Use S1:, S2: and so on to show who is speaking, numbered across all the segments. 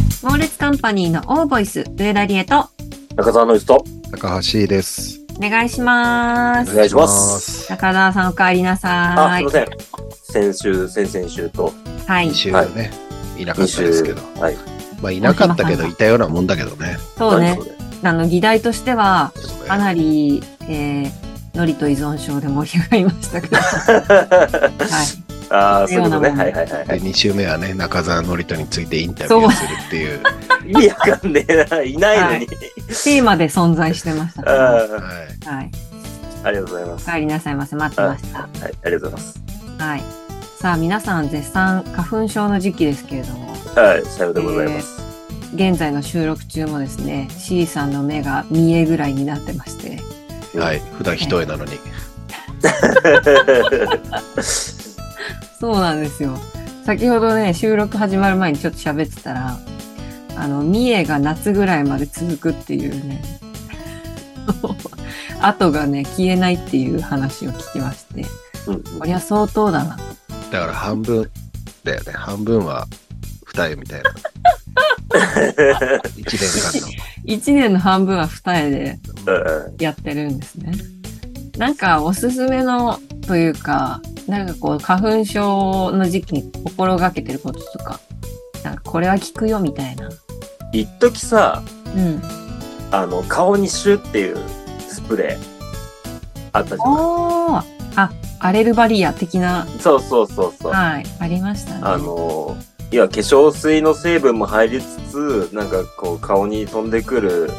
S1: ファニーのオーボイス、上田理恵と、
S2: 中澤のイスと、
S3: 高橋です。
S1: お願いしま
S2: お
S1: す。
S2: 願いします。
S1: 中澤さん、お帰りな
S2: あ、
S1: さ
S2: すい
S1: い
S2: ま。せん。先週、先々週と、
S1: はい
S3: 2。週ね、い、なかったですけど。
S2: はい。
S3: まあ、いなかったけど、いたようなもんだけどね。
S1: そうね
S2: 何。れ
S1: あの、議題としては、か
S3: ね
S1: なり、えー、ノリと依存症で盛り上がりました けど。は
S2: ああ、そういうことね。
S1: そうなの
S2: はいはいはいは
S3: で、2週目はね、中澤のりとについてインタビューをするっていう。
S2: い。意味わかんねえな。いないのに。
S1: い。テーマで存在してましたか
S2: あ
S1: ら。
S2: あ
S3: はい。
S1: はい。
S2: ありがとうございます。
S1: お
S2: はい、
S1: 帰りなさいませ。待ってました。
S2: ありがとうございます。
S1: はい。さあ、皆さん、絶賛花粉症の時期ですけれども、
S2: はい、さようでございます。
S1: 現在の収録中もですね、C さんの目が見えぐらいになってまして、
S3: はい。普段一重なのに。
S1: そうなんですよ。先ほどね、収録始まる前にちょっと喋ってたら、あの、三重が夏ぐらいまで続くっていうね、 後がね、消えないっていう話を聞きまして、
S2: うん
S1: こりゃ相当だな。
S3: だから半分だよね。半分は二重みたいな。1年間の。
S1: 一年の半分は二重で
S2: うん
S1: やってるんですね。なんかおすすめのというか、なんかこう花粉症の時期に心がけてることとか、なんかこれは効くよみたいな。
S2: 一時さ、
S1: うん。
S2: あの、顔にシュっていうスプレーあったじゃな
S1: おーあ、アレルバリア的な、
S2: いそうそうそうそう。
S1: はい、ありましたね。
S2: あの、いや、化粧水の成分も入りつつ、なんかこう、顔に飛んでくる、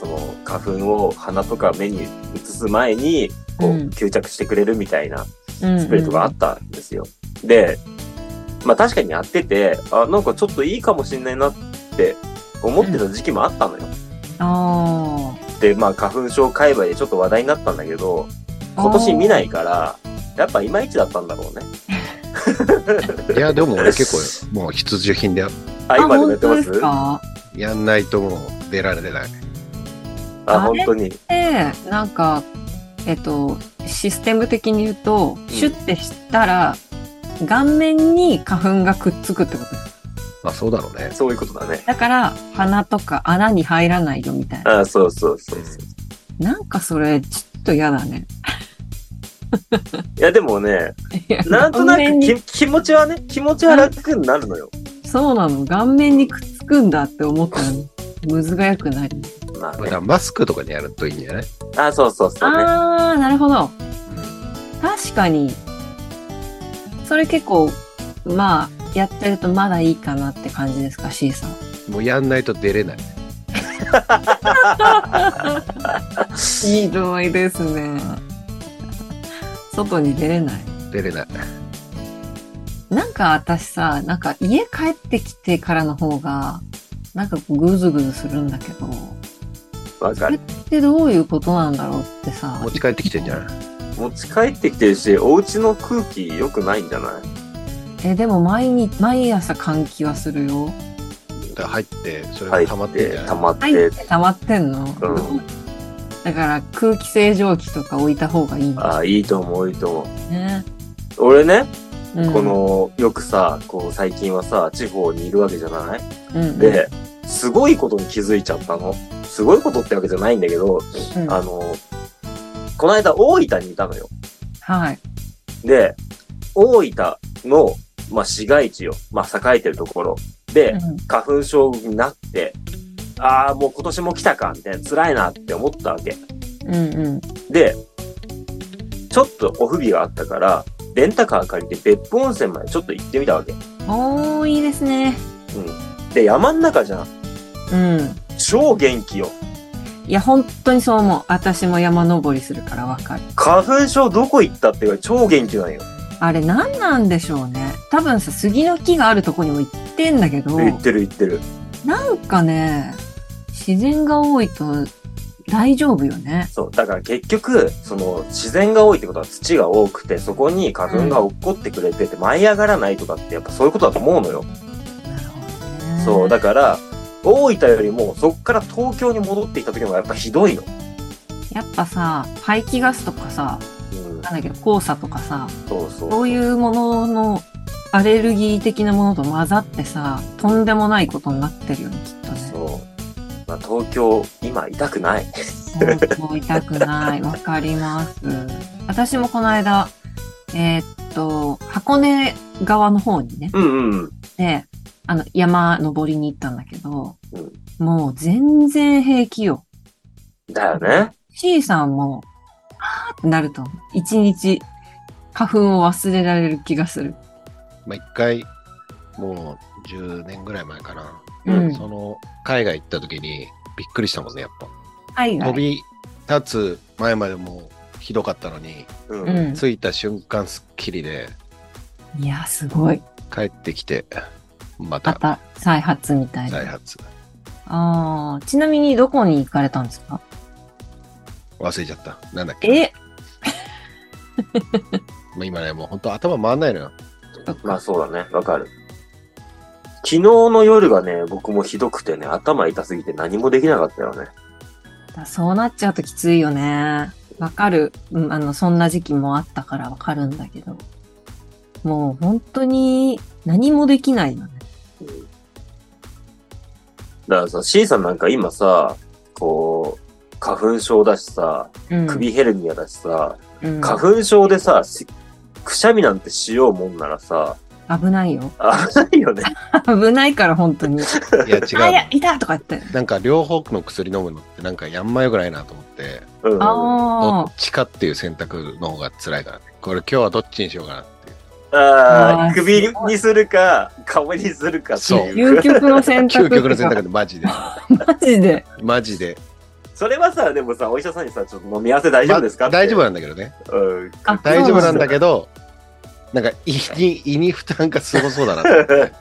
S2: その、花粉を鼻とか目に移す前に、こ
S1: う
S2: う、
S1: ん
S2: 吸着してくれるみたいな
S1: うんうん
S2: スプレーとかあったんですよ。で、まあ確かにやってて、あ、なんかちょっといいかもしんないなって思ってた時期もあったのよ。
S1: おー
S2: で、まあ花粉症界隈でちょっと話題になったんだけど、今年見ないから、やっぱいまいちだったんだろうね。
S3: いや、でも俺結構、もう必需品で
S2: あ、
S1: あ、
S2: 今でもや
S1: 本
S2: って
S1: 当
S2: ま
S1: ですすか
S3: やんないともう出られない。
S2: あ、
S1: あ
S2: 本
S1: れ
S2: 当に。
S1: で、なんか、えっと、システム的に言うと、シュッてしたら、顔面に花粉がくっつくってことです。
S3: まあそうだろうね。
S2: そういうことだね。
S1: だから、鼻とか穴に入らないよみたいな。
S2: あ、そうそうそうそう。
S1: なんかそれ、ちょっと嫌だね。
S2: いやでもね、なんと
S1: 顔
S2: なく
S1: 面に
S2: き気持ちはね、気持ちは楽になるのよ。
S1: そうなの。顔面にくっつくんだって思ったら、むずがよくなり。
S2: まあ
S3: まあだ
S2: ね
S3: か。らマスクとかにやるといいんじゃない、
S2: あ、そうそうそうね。
S1: あー、なるほど。
S3: うん
S1: 確かに、それ結構、まあ、やってるとまだいいかなって感じですか、C さん。
S3: もうやんないと出れない。
S1: いい度合いですね。外に出れない。
S3: 出れない。
S1: なんか私さ、なんか家帰ってきてからの方が、なんかグズグズするんだけど、
S2: わかる。
S1: でどういうことなんだろうってさ
S3: 持、ち帰ってきてんじゃない
S2: 持ち帰ってきてるし、お家の空気良くないんじゃない
S1: え、でも毎日、毎朝換気はするよ。
S3: だから入って、そ
S2: 入
S3: れが
S2: っ
S3: 溜まってん
S2: て
S3: じゃ、な
S2: 溜
S3: い
S2: まっ
S1: 入って
S2: て。
S1: 溜まってんの、
S2: うん
S1: だから空気清浄機とか置いた方がいいんだ
S2: あ、いいと思う、いいと思う。
S1: ね。
S2: 俺ね、
S1: うん
S2: こ、の、よくさ、こう最近はさ、地方にいるわけじゃない
S1: うんうん、
S2: で、すごいことに気づいちゃったの。すごいことってわけじゃないんだけど、
S1: うん
S2: あの、この間大分にいたのよ。
S1: はい。
S2: で、大分の、まあ、市街地を、まあ、栄えてるところで、花粉症になって、ああ、もう今年も来たか、みたいな、辛いなって思ったわけ。
S1: うんうん
S2: で、ちょっとお不備があったから、レンタカー借りて別府温泉までちょっと行ってみたわけ。
S1: うん。おー、いいですね。
S2: で、山ん中じゃん。
S1: うん。
S2: 超元気よ。
S1: いや、本当にそう思う。私も山登りするからわかる。
S2: 花粉症どこ行ったって言われ超元気なんよ。
S1: あれ、何なんでしょうね。多分さ、杉の木があるとこにも行ってんだけど、
S2: 言ってる言ってる。
S1: なんかね、自然が多いと大丈夫よね。
S2: そう。だから結局、その、自然が多いってことは土が多くて、そこに花粉が落っこってくれてて、舞い上がらないとかって、やっぱそういうことだと思うのよ。
S1: なるほどね。
S2: そう。だから、大分よりも、そっから東京に戻ってきた時の方がやっぱひどいの。
S1: やっぱさ、排気ガスとかさ、
S2: うん。
S1: なんだっけ、黄砂とかさ、
S2: そうそう。
S1: そういうもののアレルギー的なものと混ざってさ、とんでもないことになってるよね、きっとね。
S2: そまあ、東京、今痛くない。
S1: もう痛くない。わかります。私もこの間、えーっと、箱根側の方にね、
S2: うんうん。
S1: で、あの、山登りに行ったんだけど、
S2: うん
S1: もう全然平気よ。
S2: だよね。
S1: C さんも、あーってなると思う、一日、花粉を忘れられる気がする。
S3: まあ、一回、もう10年ぐらい前かな。
S1: うん
S3: その、海外行った時にびっくりしたもんね、やっぱ。
S1: 海
S3: 飛
S1: 外。
S3: び立つ前までもうひどかったのに、
S2: うん。
S1: う
S2: うん
S1: ん。
S3: 着いた瞬間すっきりで、
S1: いや、すごい。
S3: 帰ってきて、ま
S1: ま
S3: た
S1: た再発みたい
S3: 再
S1: な。
S3: 発。
S1: ああ、ちなみにどこに行かれたんですか
S3: 忘れちゃった。なんだっけ。
S1: え
S3: もう今ね、もう本当頭回んないのよ。
S1: そっか
S2: まあそうだね。わかる。昨日の夜がね、僕もひどくてね、頭痛すぎて何もできなかったよね。
S1: だそうなっちゃうときついよね。わかる。うん、あの、そんな時期もあったからわかるんだけど。もう本当に何もできないよね。
S2: だからさ、C さんなんか今さ、こう、花粉症だしさ、
S1: うん、
S2: 首ヘルニアだしさ、
S1: うん、
S2: 花粉症でさ、しくしゃみなんてしようもんならさ、
S1: 危ないよ。
S2: 危ないよね。
S1: 危ないから本当に。
S3: いや、
S1: あ、いや
S3: 違、
S1: いたとか言って。
S3: う。なんか両方の薬飲むのってなんかやんまよくないなと思って、
S2: うん。あ
S1: あ
S3: ど
S1: あ
S3: っ、ちかっていう選択の方が辛いからね。これ今日はどっちにしようかなっていう。
S2: あ
S1: あー
S2: ー、首にするか、顔にするかって
S3: そう
S2: いう。
S1: 究極の選択。
S3: 究極の選択でマジで。
S1: マジで。
S3: マジで。
S2: それはさ、でもさ、お医者さんにさ、ちょっと飲み合わせ大丈夫ですかって
S3: まあ大丈夫なんだけどね。
S2: うん。
S1: あ
S3: 大丈夫なんだ
S2: ど。
S3: けど、なんか胃に、胃に負担がすごそう だなと思って。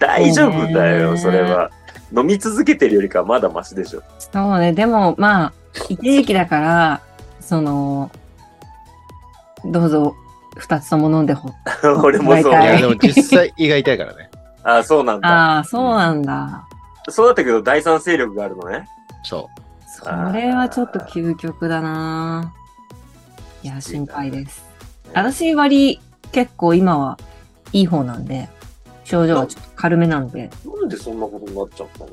S2: 大丈夫だ
S1: ね
S2: よ、それは。飲み続けてるよりかはまだマシでしょ。
S1: そうね。でも、まあ、一時期だから、その、どうぞ、二つとも飲んでほ。
S2: 俺もそう。
S3: い
S1: 大
S3: や、
S1: 体
S3: でも実際胃が痛いからね。
S2: あーそうなんだ。
S1: ああ、そうなんだ。
S2: そうだったけど、第三勢力があるのね。
S3: そ
S1: それはちょっと究極だないや、心配です。私割、結構今はいい方なんで、症状はちょっと軽めなんで、
S2: なんでそんなことになっちゃったの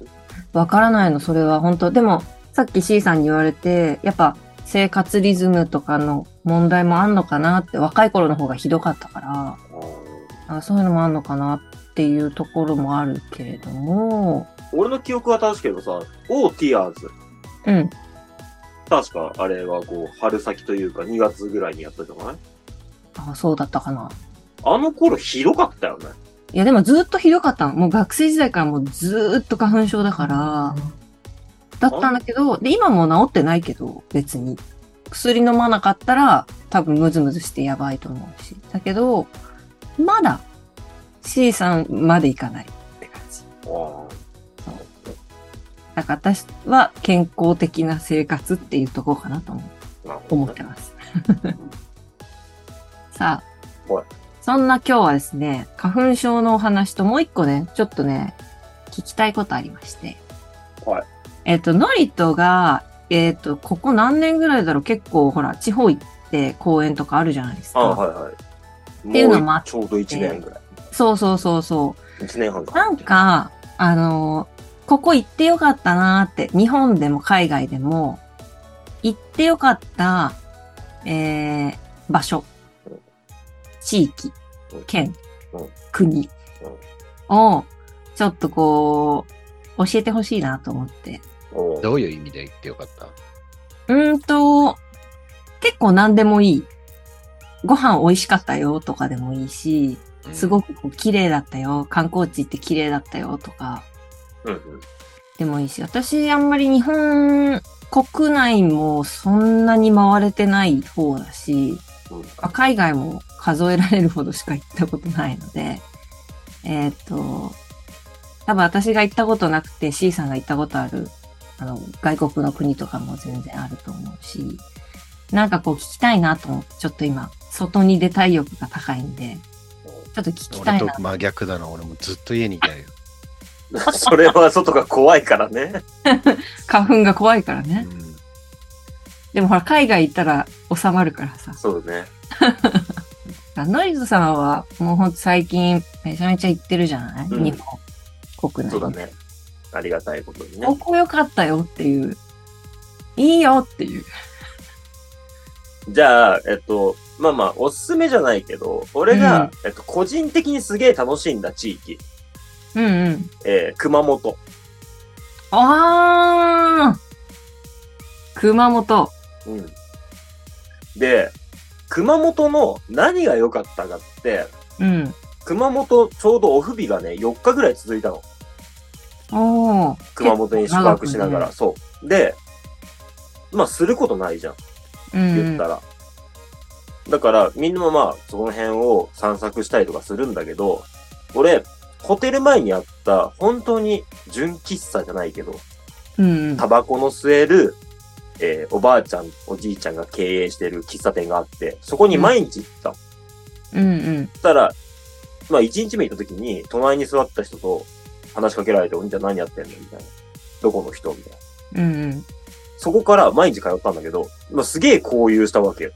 S1: わからないの、それは本当でも、さっき C さんに言われて、やっぱ生活リズムとかの問題もあんのかなって、若い頃の方がひどかったから、あそういうのもあんのかなっていうところもあるけれども、
S2: 俺の記憶は確かにさ、オーティアーズ。
S1: うん。
S2: 確か、あれはこう、春先というか2月ぐらいにやったじゃない
S1: あそうだったかな。
S2: あの頃ひどかったよね。
S1: いや、でもずっとひどかったの。もう学生時代からもうずーっと花粉症だから、だったんだけど、で、今も治ってないけど、別に。薬飲まなかったら、多分ムズムズしてやばいと思うし。だけど、まだ、C さんまでいかないって感じ。
S2: あ
S1: だから私は健康的な生活っていうところかなと思う
S2: あ、なる
S1: 思
S2: ほ
S1: って
S2: どね
S1: ます。 さあ、
S2: はい
S1: そんな今日はですね、花粉症のお話ともう一個ね、ちょっとね、聞きたいことありまして。
S2: はい
S1: えっ、と、ノリトが、えっ、と、ここ何年ぐらいだろう結構ほら、地方行って公演とかあるじゃないですか。
S2: ああ、はいはい。
S1: っていうのもあっ
S2: うちょうど1年ぐらい。
S1: そうそうそうそう。
S2: 1年半か。
S1: なんか、あのーここ行ってよかったなーって、日本でも海外でも、行ってよかった、えー、場所
S2: うん、
S1: 地域
S2: うん、
S1: 県
S2: うん、
S1: 国を、ちょっとこう、教えてほしいなと思って。
S2: お
S3: う。
S2: う
S3: どういう意味で言ってよかった
S1: うーんと、結構何でもいい。ご飯美味しかったよとかでもいいし、す
S3: い。
S1: ごくこう綺麗だったよ、観光地行って綺麗だったよとか、
S2: うんうん
S1: でもいいし、私あんまり日本国内もそんなに回れてない方だし、
S2: うん
S1: まあ海外も数えられるほどしか行ったことないので、えっ、と、多分私が行ったことなくて C さんが行ったことある、あの、外国の国とかも全然あると思うし、なんかこう聞きたいなと思って、ちょっと今、外に出たい欲が高いんで、ちょっと聞きた
S3: 俺
S1: い
S3: と
S1: な。
S3: 真逆だな。俺もずっと家にいたいよ。
S2: それは外が怖いからね。
S1: 花粉が怖いから
S3: う
S1: ね。
S3: ん
S1: でもほら、海外行ったら収まるからさ。
S2: そうね。
S1: ノイズさんは、もうほんと最近、めちゃめちゃ行ってるじゃない、
S2: うん
S1: 日本国内。
S2: そうだね。ありがたいことにね
S1: こ。こ良かったよっていう。いいよっていう。
S2: じゃあ、えっと、まあまあ、おすすめじゃないけど、俺が、えっと、個人的にすげえ楽しんだ地域、
S1: うんうん。
S2: えー熊本。
S1: あー熊本。
S2: うん。で、熊本の何が良かったかって、
S1: うん。
S2: 熊本ちょうどオフ日がね、4日ぐらい続いたの。
S1: おー
S2: 熊本に宿泊しながら。そう。で、まあ、することないじゃん。
S1: うんう
S2: 言っ
S1: ん
S2: た。ら。だから、みんなもまあ、その辺を散策したりとかするんだけど、俺、ホテル前にあった、本当に純喫茶じゃないけど、
S1: うんうん
S2: タバコの吸える、えーおばあちゃん、おじいちゃんが経営してる喫茶店があって、そこに毎日行ったの。
S1: うんうん。
S2: そしたら、まあ、1日目行った時に、隣に座った人と話しかけられて、お兄ちゃん何やってんのみたいな。どこの人みたいな。
S1: うんうん。
S2: そこから毎日通ったんだけど、まあ、すげえ交流したわけよ。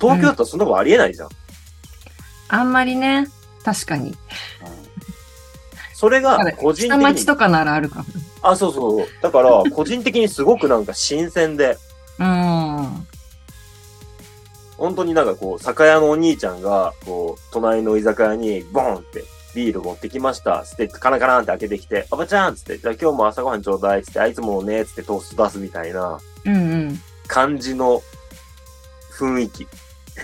S2: 東京だったらそんなことありえないじゃん
S1: あんまりね、確かに。
S2: それ
S1: だ
S2: が
S1: から
S2: 個人
S1: 下町
S2: 的に、
S1: とかならあるか
S2: あ、そうそうそう。だから、個人的にすごくなんか新鮮で、
S1: も。うん。
S2: 本当になんかこう、酒屋のお兄ちゃんが、こう、隣の居酒屋に、ボンって、ビール持ってきました。ステッカラカランって開けてきて、あばちゃんっつって、じゃあ今日も朝ごはんちょうだいっつって、あいつものねっつってトースト出すみたいな
S1: うんうん。
S2: 感じの雰囲気。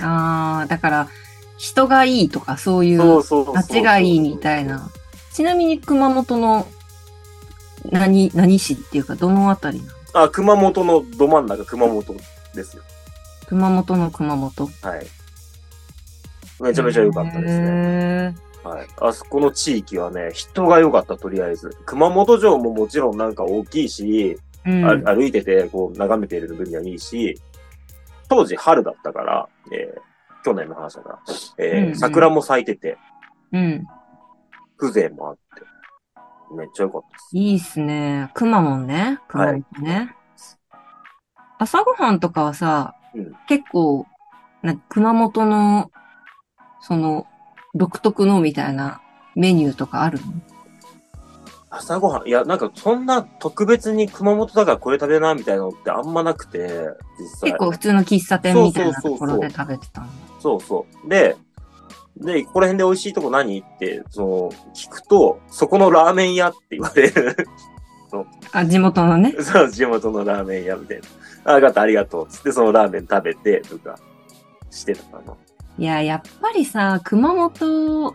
S1: ああ、だから、人がいいとか、そういう、
S2: そうそうそう。
S1: 街がいいみたいな。ちなみに熊本の何、何市っていうか、どのあたりなの
S2: あ、熊本のど真ん中、熊本ですよ。
S1: 熊本の熊本。
S2: はい。めちゃめちゃ良かったですね。
S1: ね。
S2: はい。あそこの地域はね、人が良かった、とりあえず。熊本城ももちろんなんか大きいし、
S1: うん。
S2: あ歩いてて、こう、眺めてる分にはいいし、当時春だったから、えー去年の話だから、えー
S1: うんうん
S2: 桜も咲いてて、
S1: うん。
S2: 風情もあって、めっちゃ良かったです。
S1: いいっすね。熊もんね。熊本ね。朝ごはんとかはさ、
S2: うん
S1: 結構、なんか熊本の、その、独特のみたいなメニューとかあるの
S2: 朝ごはん、いや、なんかそんな特別に熊本だからこれ食べな、みたいなのってあんまなくて、実際。
S1: 結構普通の喫茶店みたいなところで食べてたの。
S2: そうそう。で、で、ここら辺で美味しいとこ何って、その、聞くと、そこのラーメン屋って言われる。
S1: あ、地元のね。
S2: そう、地元のラーメン屋みたいな。あ、わかった、ありがとう。つって、そのラーメン食べて、とか、してたかな。
S1: いや、やっぱりさ、熊本行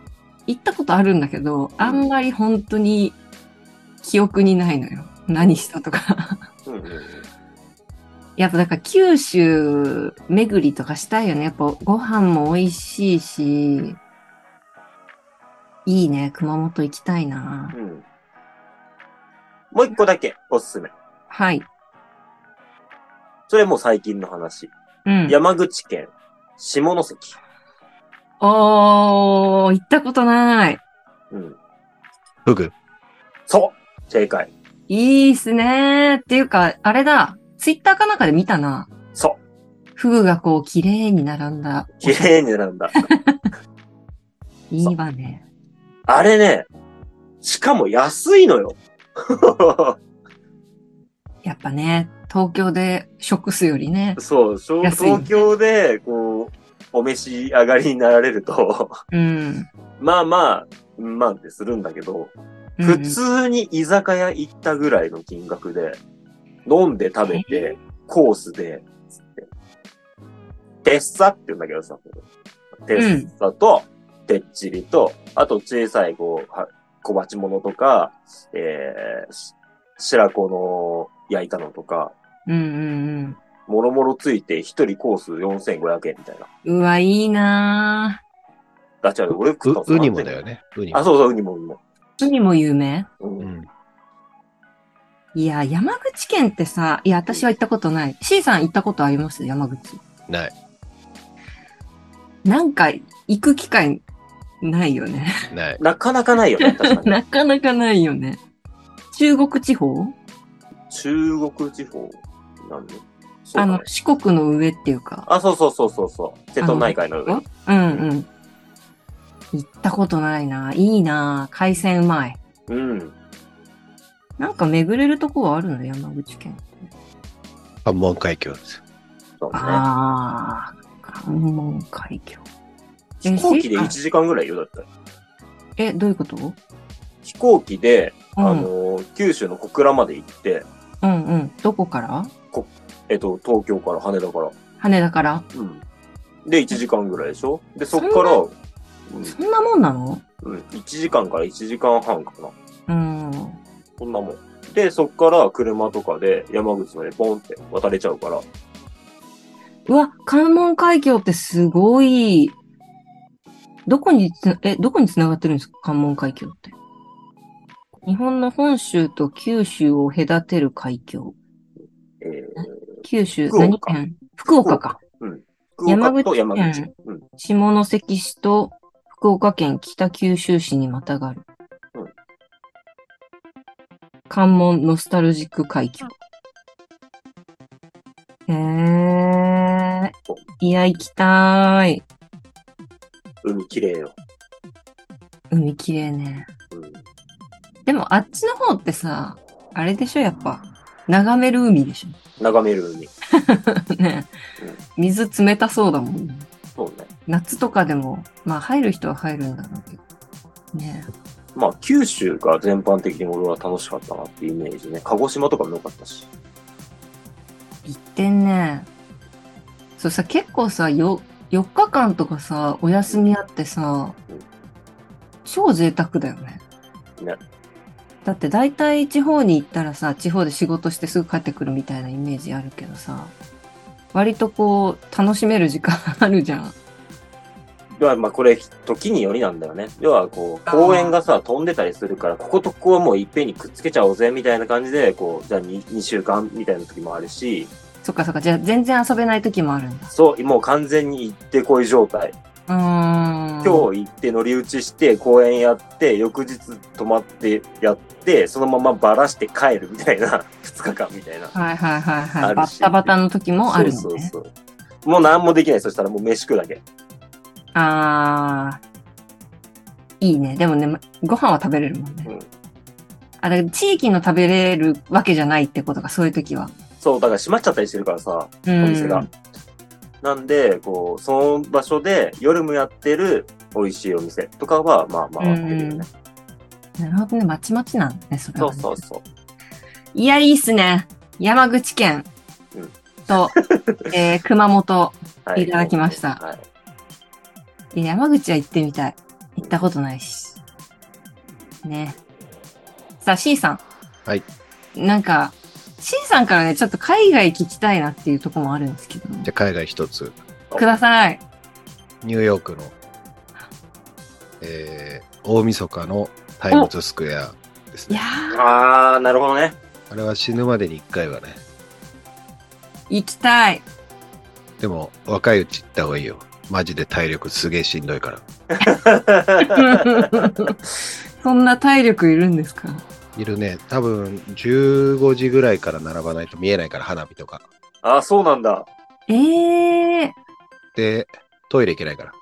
S1: ったことあるんだけど、あんまり本当に記憶にないのよ。何したとか。
S2: うんうんうん。
S1: やっぱだから九州巡りとかしたいよね。やっぱご飯も美味しいし、いいね。熊本行きたいな。
S2: うん。もう一個だけ、おすすめ。
S1: はい。
S2: それもう最近の話。
S1: うん。
S2: 山口県、下関。
S1: おー、行ったことない。
S2: うん。
S3: フグ。
S2: そう正解。
S1: いいっすねー。っていうか、あれだ。ツイッターかなんかで見たな。
S2: そ
S1: フグがこう、綺麗に並んだ。
S2: う綺麗に選んだ。
S1: いいわね。
S2: あれね、しかも安いのよ。
S1: やっぱね、東京で食すよりね。
S2: そう、小
S1: 安い
S2: 東京で、こう、お召し上がりになられると、
S1: うん。
S2: まあまあ、まあってするんだけど、普通に居酒屋行ったぐらいの金額で、飲んで食べて、コースで、つって。テッサって言うんだけどさ、テッサと、てっちりと、あと小さい、こう、は小鉢物とか、えー、し白子の焼いたのとか、
S1: うんうん
S2: もろもろついて一人コース4500円みたいな。
S1: うん。うわ、いいな
S2: あ、違う、俺食ったの
S3: うウニもだ
S2: ね。
S3: よね。ウニも
S2: あ、。そうそう、ウニもウニも。
S1: ぁ。海も有名
S2: うん
S3: うん。
S1: いや、山口県ってさ、いや、私は行ったことない。C さん行ったことあります山口。
S3: ない。
S1: なんか、行く機会ないよね。
S3: ない。
S2: なかなかないよね、確かに。
S1: なかなかないよね。中国地方
S2: 中国地方なんでそう
S1: あ
S2: だね
S1: の、四国の上っていうか。
S2: あ、そうそうそうそうそう。瀬戸内海の上に。
S1: うんうん。行ったことないな。いいな。海鮮うまい。
S2: うん。
S1: なんか巡れるとこはあるの山口県。
S3: 関門海峡ですよ。
S2: そうね。
S1: ああ、関門海峡。え
S2: 飛行機で
S1: シー
S2: 1時間ぐらいよ、だったら。
S1: え、どういうことうん
S2: 飛行機で、あ
S1: うん
S2: のー九州の小倉まで行って、
S1: うん。どこから
S2: えっと、東京から羽田から。
S1: 羽田から。
S2: うん。で、1時間ぐらいでしょで、そっから、うん
S1: そんなもんなの
S2: うん、1時間から1時間半かな。
S1: うん。
S2: そんなもん。で、そっから車とかで山口までポンって渡れちゃうから、
S1: うわ、関門海峡ってすごい、どこにつ、え、どこに繋がってるんですか関門海峡って。日本の本州と九州を隔てる海峡。
S2: えー、
S1: 九州、
S2: 福岡
S1: 何県福岡か。
S2: 福岡と山口。
S1: 山口県
S2: うん。
S1: 下関市と福岡県北九州市にまたがる。
S2: うん
S1: 関門ノスタルジック海峡。へえ。いや、行きたい。
S2: 海綺麗よ。
S1: 海綺麗ね。
S2: うん。
S1: でもあっちの方ってさ、あれでしょ、やっぱ。眺める海でし
S2: 眺める海。
S1: ょ。 ね水冷たそうだもんね。
S2: そうね。
S1: 夏とかでも、まあ入る人は入るんだろうけど。ね
S2: まあ、九州が全般的に俺は楽しかったなっていうイメージね。鹿児島とかも良かったし。
S1: 行ってんね。そうさ、結構さ、よ、4日間とかさ、お休みあってさ
S2: うん、
S1: 超贅沢だよね。
S2: ね。
S1: だって大体地方に行ったらさ、地方で仕事してすぐ帰ってくるみたいなイメージあるけどさ、割とこう、楽しめる時間あるじゃん。
S2: 要は、まあ、これ、時によりなんだよね。要は、こう、
S1: あー
S2: 公園がさ、飛んでたりするから、こことここはもういっぺんにくっつけちゃおうぜ、みたいな感じで、こう、じゃあ 2, 2週間みたいな時もあるし、
S1: そっかそっか、じゃあ全然遊べない時もあるんだ。
S2: そう、もう完全に行ってこい状態。
S1: うーん。
S2: 今日行って乗り打ちして、公園やって、翌日泊まってやって、そのままばらして帰るみたいな、2日間みたいな。
S1: はいはいはいは
S2: あ
S1: い。
S2: る
S1: バ
S2: し
S1: ッタバタの時もあるのね。
S2: そうそうそう。もう何もできない。そしたらもう飯食うだけ。
S1: あー、いいね。でもね、まご飯は食べれるもんね。
S2: うん
S1: あ、だから地域の食べれるわけじゃないってことか、そういう時は。
S2: そう、だから閉まっちゃったりしてるからさ、
S1: お
S2: お店が。なんで、こう、その場所で夜もやってる美味しいお店とかは、まあまあ、回ってるよね。
S1: なるほどね、まちまちなんだね、それ
S2: そ
S1: は
S2: う
S1: ね、
S2: そうそう。
S1: いや、いいっすね。山口県
S2: うん
S1: と、 えー熊本。
S2: はい
S1: ただきました
S2: は
S1: い
S2: い。
S1: や山口は行ってみたい。行ったことないし。ね。さあ、C さん。
S3: はい。
S1: なんか、C さんからね、ちょっと海外聞きたいなっていうところもあるんですけど。
S3: じゃあ海外一つ。
S1: ください。
S3: ニューヨークの、えー、大晦日のタイムズスクエアです
S1: いや
S3: ね。
S1: ー、
S2: あー、なるほ どね。
S3: あれは死ぬまでに一回はね。
S1: 行きたい。
S3: でも、若いうち行った方がいいよ。マジで体力すげえしんどいから。
S1: そんな体力いるんですか
S3: いるね。多分、15時ぐらいから並ばないと見えないから、花火とか。
S2: あー、そうなんだ。
S1: ええ
S3: で、トイレ行けないから。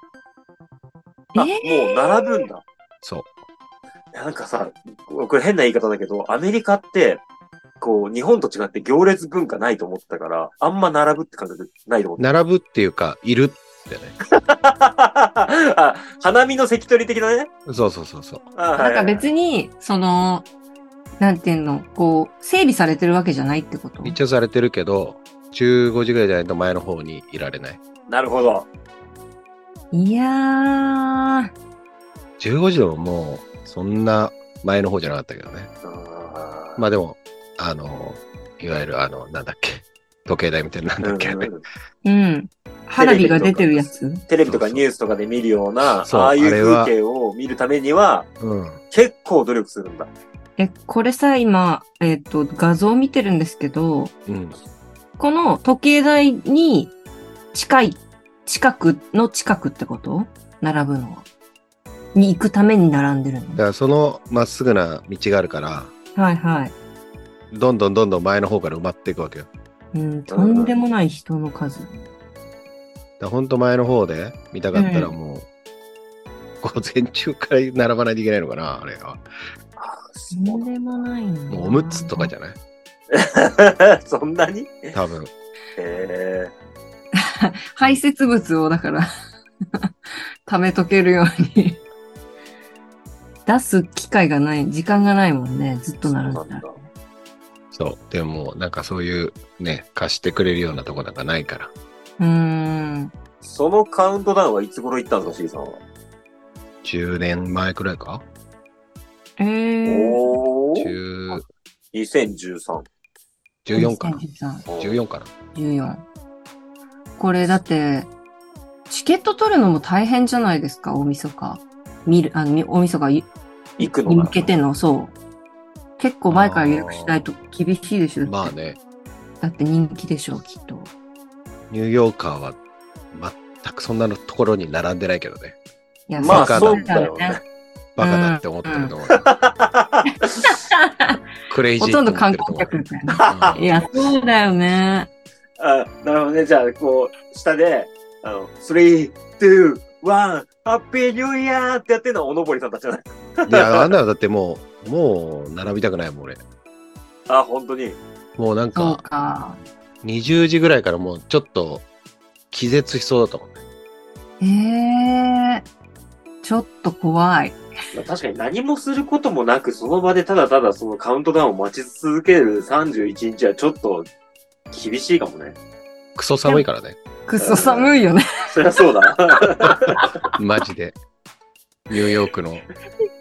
S1: ー、
S2: あ、
S1: え
S2: もう並ぶんだ。
S3: そう。
S2: なんかさ、これ変な言い方だけど、アメリカって、こう、日本と違って行列文化ないと思ってたから、あんま並ぶって感じないと思って
S3: 並ぶっていうか、いるってね。
S2: た。あ、花見の関取的なね。
S3: そうそうそうそう。
S2: あ
S1: な
S2: ー
S1: ん
S2: は
S1: か
S2: いはい
S1: 別に、その、なんていうの、こう、整備されてるわけじゃないってこと
S3: 一応されてるけど、15時ぐらいじゃないと前の方にいられない。
S2: なるほど。
S1: いやー、
S3: 15時でももう、そんな前の方じゃなかったけどね。
S2: あー
S3: まあでも、あの、いわゆるあの、なんだっけ、時計台みたいな、なんだっけ、あれ
S2: うんうん
S1: うん。花火が出てるやつ
S2: テレビとかニュースとかで見るような、
S3: そう
S2: ああいう
S3: あれは
S2: 風景を見るためには、
S3: うん。
S2: 結構努力するんだ。
S1: え、これさ、今、えっ、と、画像見てるんですけど、
S3: うん。
S1: この時計台に近い、近くの近くってこと並ぶのは。に行くために並んでる
S3: だ
S1: の
S3: からそのまっすぐな道があるから、
S1: はいはい。
S3: どんどんどんどん前の方から埋まっていくわけよ。だか
S1: うん、とんでもない人の数。
S3: らほんと前の方で見たかったらもう、午前中から並ばないといけないのかな、あれは。
S1: とんでもないな。
S3: もうおむつとかじ
S1: ゃ
S3: ゃない
S2: そんなに
S3: 多分。
S2: え
S1: 排泄物をだから 溜めとけるように出す機会がない時間がないもんねずっと並んで
S2: そうな
S1: た
S2: んだ
S1: ら
S3: そう。でも、なんかそういうね、貸してくれるようなとこなんかないから。
S1: うーん
S2: ー、そのカウントダウンはいつ頃行ったんですか、C さんは。
S3: 10年前くらいか
S1: えー、
S2: おー、
S3: 10
S2: 2013。
S3: 14かな
S1: 2013
S3: ?14 かな
S1: 14これだってチケット取るのも大変じゃないですか大晦日見るあのみ大晦日い
S2: 行く
S1: に向
S2: のが。
S1: けてのそう結構前から予約しないと厳しいでしょ、
S3: まあね、
S1: だって人気でしょうきっと
S3: ニューヨーカーは全くそんなのところに並んでないけどね。
S1: いや
S2: まあ、
S3: バカだ
S2: そうだよね。
S3: バカだって思ってると思う。クレイジー
S1: ほと
S3: って
S1: んど
S3: 思って
S1: 観
S3: る
S1: 光
S3: と思う。
S1: 客みたいな。
S3: うん
S1: いや、そうだよね。
S2: あ、なるほどね。じゃあ、こう、下で、あの、3、2、1、ハッピーニューイヤーってやってるのはおのぼりさんたちじゃない。
S3: いや、あんなのだってもう、もう並びたくないもん、俺。
S2: あ、本当に。
S3: もうなん
S1: そう
S3: か、
S1: か。
S3: 20時ぐらいからもうちょっと気絶しそうだったもんね。
S1: ええちょっと怖い。
S2: 確かに何もすることもなく、その場でただただそのカウントダウンを待ち続ける31日はちょっと厳しいかもね。
S3: クソ寒いからね。
S1: くっそ寒いよね。
S2: そりゃそうだ。
S3: マジで。ニューヨークの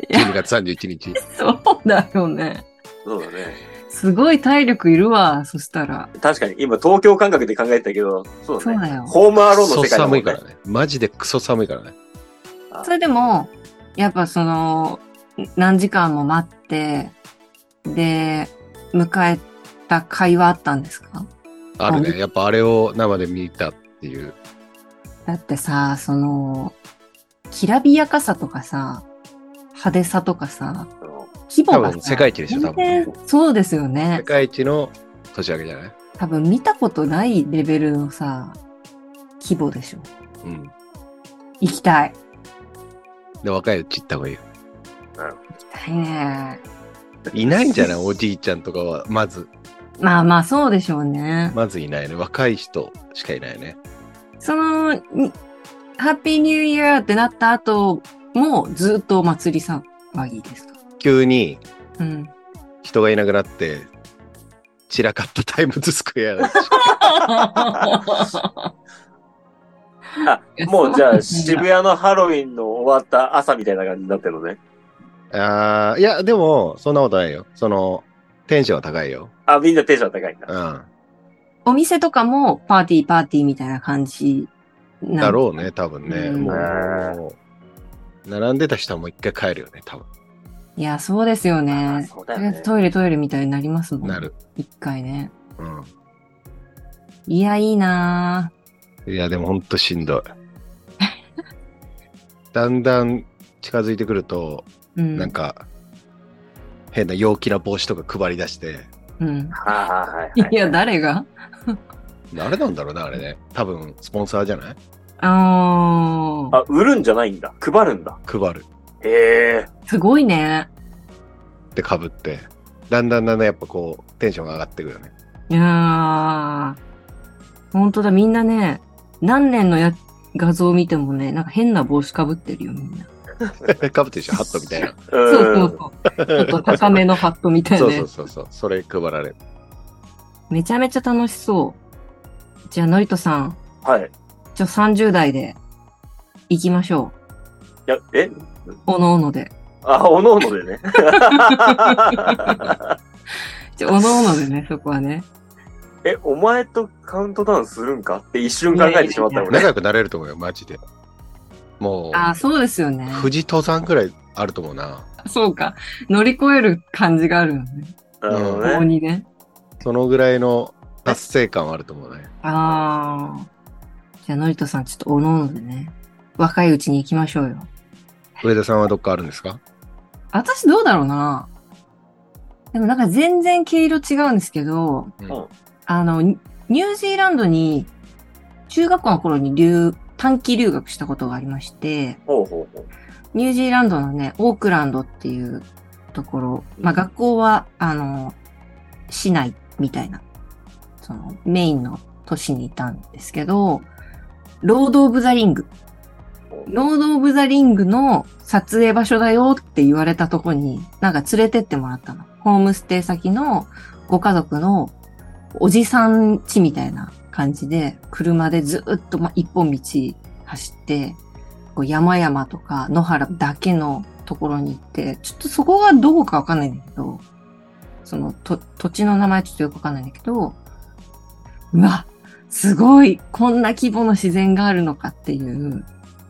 S3: 12月31日。
S1: そうだよね。
S2: そうだね。
S1: すごい体力いるわ、そしたら。
S2: 確かに、今東京感覚で考えてたけど、そうだ
S1: そう
S2: ね。
S1: だよ。
S2: ホームアローンの
S3: クソ
S2: 世界だもん
S3: 寒
S2: ね
S3: いからね。マジでクソ寒いからね。
S1: それでも、やっぱその、何時間も待って、で、迎えた会話あったんですか
S3: あるね。やっぱあれを生で見たっていう。
S1: だってさ、その、きらびやかさとかさ、派手さとかさ、規模
S3: 多
S1: が
S3: 分
S1: さ
S3: 世界一でしょ、多分。
S1: 全然そうですよ
S3: 世
S1: ね。
S3: 界一の年明けじゃない
S1: 多分見たことないレベルのさ、規模でしょ。
S3: うん。
S1: 行きたい。
S3: で、若いうち行った方がいいよ。
S1: 行きたいね。
S3: いないんじゃない おじいちゃんとかは、まず、
S1: まあまあ、そうでしょうね。
S3: まずいないね。若い人しかいないね。
S1: その、にハッピーニューイヤーってなった後も、ずっとお祭り騒ぎですか
S3: 急に
S1: うん。
S3: 人がいなくなって、散らかったタイムズスクエアだし
S2: うんもうじゃあ渋
S1: 谷。
S2: 谷のハロウィンの終わった朝みたいな感じになってるのね。
S3: あーいや、でも、そんなことないよ。その、テンションは高いよ。
S2: あ、みんなテンション高いんだ。
S3: うん。
S1: お店とかもパーティーパーティーみたいな感じなん
S3: だろうね、多分ね。
S1: うん
S3: もう、並んでた人はもう一回帰るよね、多分。
S1: いや、そうですよ
S2: あ
S1: ね。
S2: そう
S1: と
S2: だよ
S1: りあえず
S2: ね。
S1: トイレトイレみたいになりますもん。
S3: な。る。
S1: 一回ね。
S3: う
S1: いや、いいなぁ。
S3: ん。いや、でもほんとしんどい。 だんだん近づいてくると、
S1: うん。
S3: なんか、変な陽気な帽子とか配り出して、
S1: うん。
S2: あーはいはい
S1: いや、誰が
S3: あれなんだろうな、あれね。多分、スポンサーじゃない
S1: あー
S2: あ、売るんじゃないんだ。配るんだ。
S3: 配る。
S2: へえ。
S1: すごいね。
S3: で、被って。だんだんだんだんやっぱこう、テンションが上がってくよね。
S1: いやー。ほんとだ、みんなね、何年のや画像を見てもね、なんか変な帽子かぶってるよ、みんな。
S3: 被ってるでしょ、ハットみた いな。
S2: う
S1: そうそ
S2: ん
S1: うそう。ちょっと高めのハットみたい
S3: そ
S1: な
S3: う
S1: ね
S3: そう。そうそう。それ配られる。
S1: めちゃめちゃ楽しそう。じゃあ、のりとさん、
S2: はい。い
S1: ちょ、30代で行きましょ
S2: や、え
S1: う。おのおので。
S2: あ、おのおのでね。
S1: ちょ、おのおので ね、そこはね。
S2: え、お前とカウントダウンするんかって一瞬考えてしまったもんね。
S3: 仲良くなれると思うよ、マジで。もう、
S1: あー、そうですよね。
S3: 富士登山くらいあると思うな。
S1: そうか。乗り越える感じがあるよね。
S2: なるほ
S1: ここ
S2: どね。
S1: にね。
S3: そのぐらいの達成感はあると思うね。
S1: ああ。じゃあ、のりとさん、ちょっとおのおのでね。若いうちに行きましょうよ。
S3: 上田さんはどっかあるんですか
S1: 私どうだろうな。でもなんか全然毛色違うんですけど、
S3: うん
S1: あの、ニニュージーランドに中学校の頃に留、短期留学したことがありまして、
S2: ほうほうほう。
S1: ニュージーランドのね、オークランドっていうところ、まあ学校は、あの、市内みたいな、そのメインの都市にいたんですけど、ロード・オブ・ザ・リング。ロード・オブ・ザ・リングの撮影場所だよって言われたとこに、なんか連れてってもらったの。ホームステイ先のご家族のおじさん家みたいな感じで、車でずっとま一本道走って、こう山々とか野原だけのところに行って、ちょっとそこがどこかわかんないんだけど、そのと土地の名前ちょっとよくわかんないんだけど、うわ、すごい、こんな規模の自然があるのかっていう、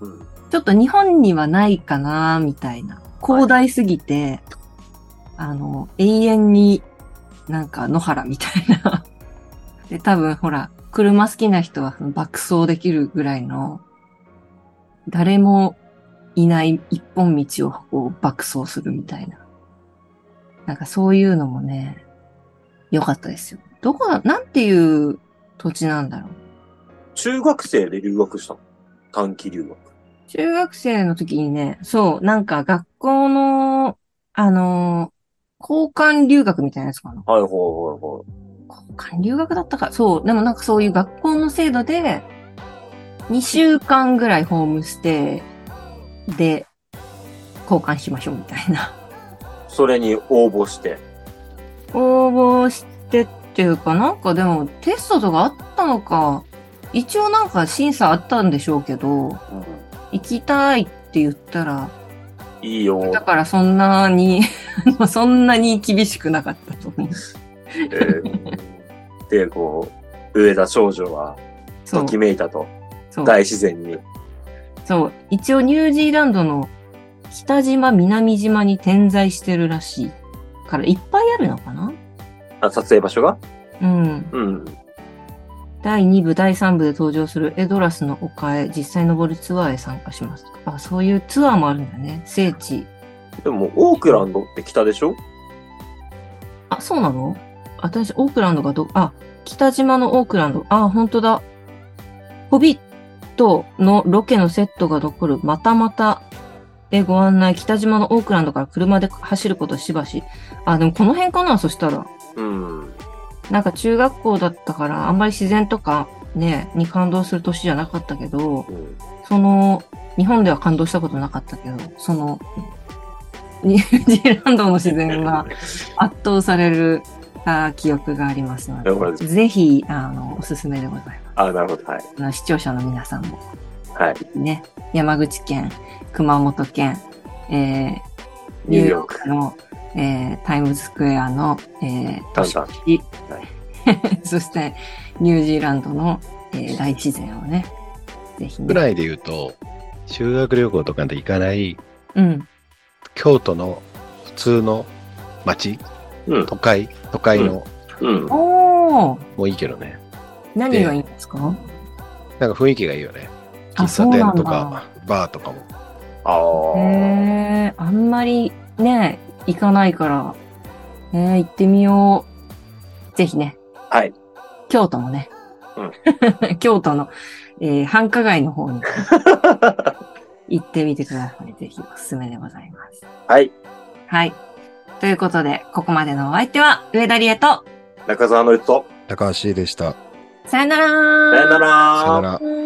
S2: うん。
S1: ちょっと日本にはないかな、みたいな。広大すぎて、あの、永遠になんか野原みたいな。 で、多分ほら、車好きな人はその爆走できるぐらいの、誰もいない一本道をこう爆走するみたいな。なんかそういうのもね、良かったですよ。どこだ、なんていう土地なんだろう。
S2: 中学生で留学したの。短期留学。
S1: 中学生の時にね、そう、なんか学校の、あの、交換留学みたいなやつかな。
S2: はい、ほいほいほい。
S1: 交換留学だったか。そう、でもなんかそういう学校の制度で、2週間ぐらいホームステイで交換しましょうみたいな。
S2: それに応募して。
S1: 応募してっていうかなんかでもテストとかあったのか、一応なんか審査あったんでしょうけど、
S2: うん。
S1: 行きたいって言ったら、
S2: いいよ
S1: だからそんなに あの、そんなに厳しくなかったと思う。
S2: って。で、こう、上田少女は、
S1: そ
S2: と
S1: う
S2: き。めいたと。
S1: そう
S2: 大自然に。
S1: そう。一応ニュージーランドの北島、南島に点在してるらしい。からいっぱいあるのかな
S2: あ、撮影場所が
S1: うん。
S2: うん。
S1: 第2部、第3部で登場するエドラスの丘へ実際登るツアーへ参加します。あ、そういうツアーもあるんだね。聖地。
S2: でも、オークランドって北でしょ
S1: あ、そうなの私、オークランドがど、あ、北島のオークランド。あ、本当だ。ホビットのロケのセットが残る、またまたへご案内、北島のオークランドから車で走ることしばし。あ、でもこの辺かな、そしたら。
S2: うん。
S1: なんか中学校だったから、あんまり自然とかね、に感動する年じゃなかったけど、
S2: うん
S1: その、日本では感動したことなかったけど、その、 ニュージーランドの自然が、圧倒されるあー記憶がありますの
S2: なるほど
S1: で、ぜひ、あの、おすすめでございます
S2: あ、なるほど。はい。
S1: あの。視聴者の皆さんも、
S2: はい。
S1: ね、山口県、熊本県、えー
S2: ニ
S1: ニュ
S2: ュー
S1: ー
S2: ヨ
S1: ヨ
S2: ー
S1: ー
S2: ク
S1: クの、えータイムズスクエアの、えー、
S2: ダウンタウン
S1: 市
S2: は
S1: そして、ニュージーランドの、えー大自然をね、ぜひ
S3: ぐ
S1: ね。
S3: らいで言うと、修学旅行とかで行かない
S1: うん。
S3: 京都の普通の町、
S2: うん
S3: 都会、都会の、
S2: うん。
S1: おー
S3: もういいけどね。
S1: 何がいいんですか
S3: なんか雰囲気がいいよね。
S1: あ
S3: 喫茶
S1: そうな
S3: 店
S1: んだ
S3: とか、バーとかも。
S2: ああ。
S1: へえ、あんまりね、行かないから、ね、行ってみよう。ぜひね。
S2: はい。
S1: 京都もね。 京都の、えー繁華街の方に行ってみてください。ぜひおすすめでございます。
S2: はい。
S1: はい。ということで、ここまでのお相手は、上田理恵と、
S2: 中澤のりと、
S3: 高橋でした。
S1: さよなら
S2: さよなら。
S3: さよなら。
S1: ら。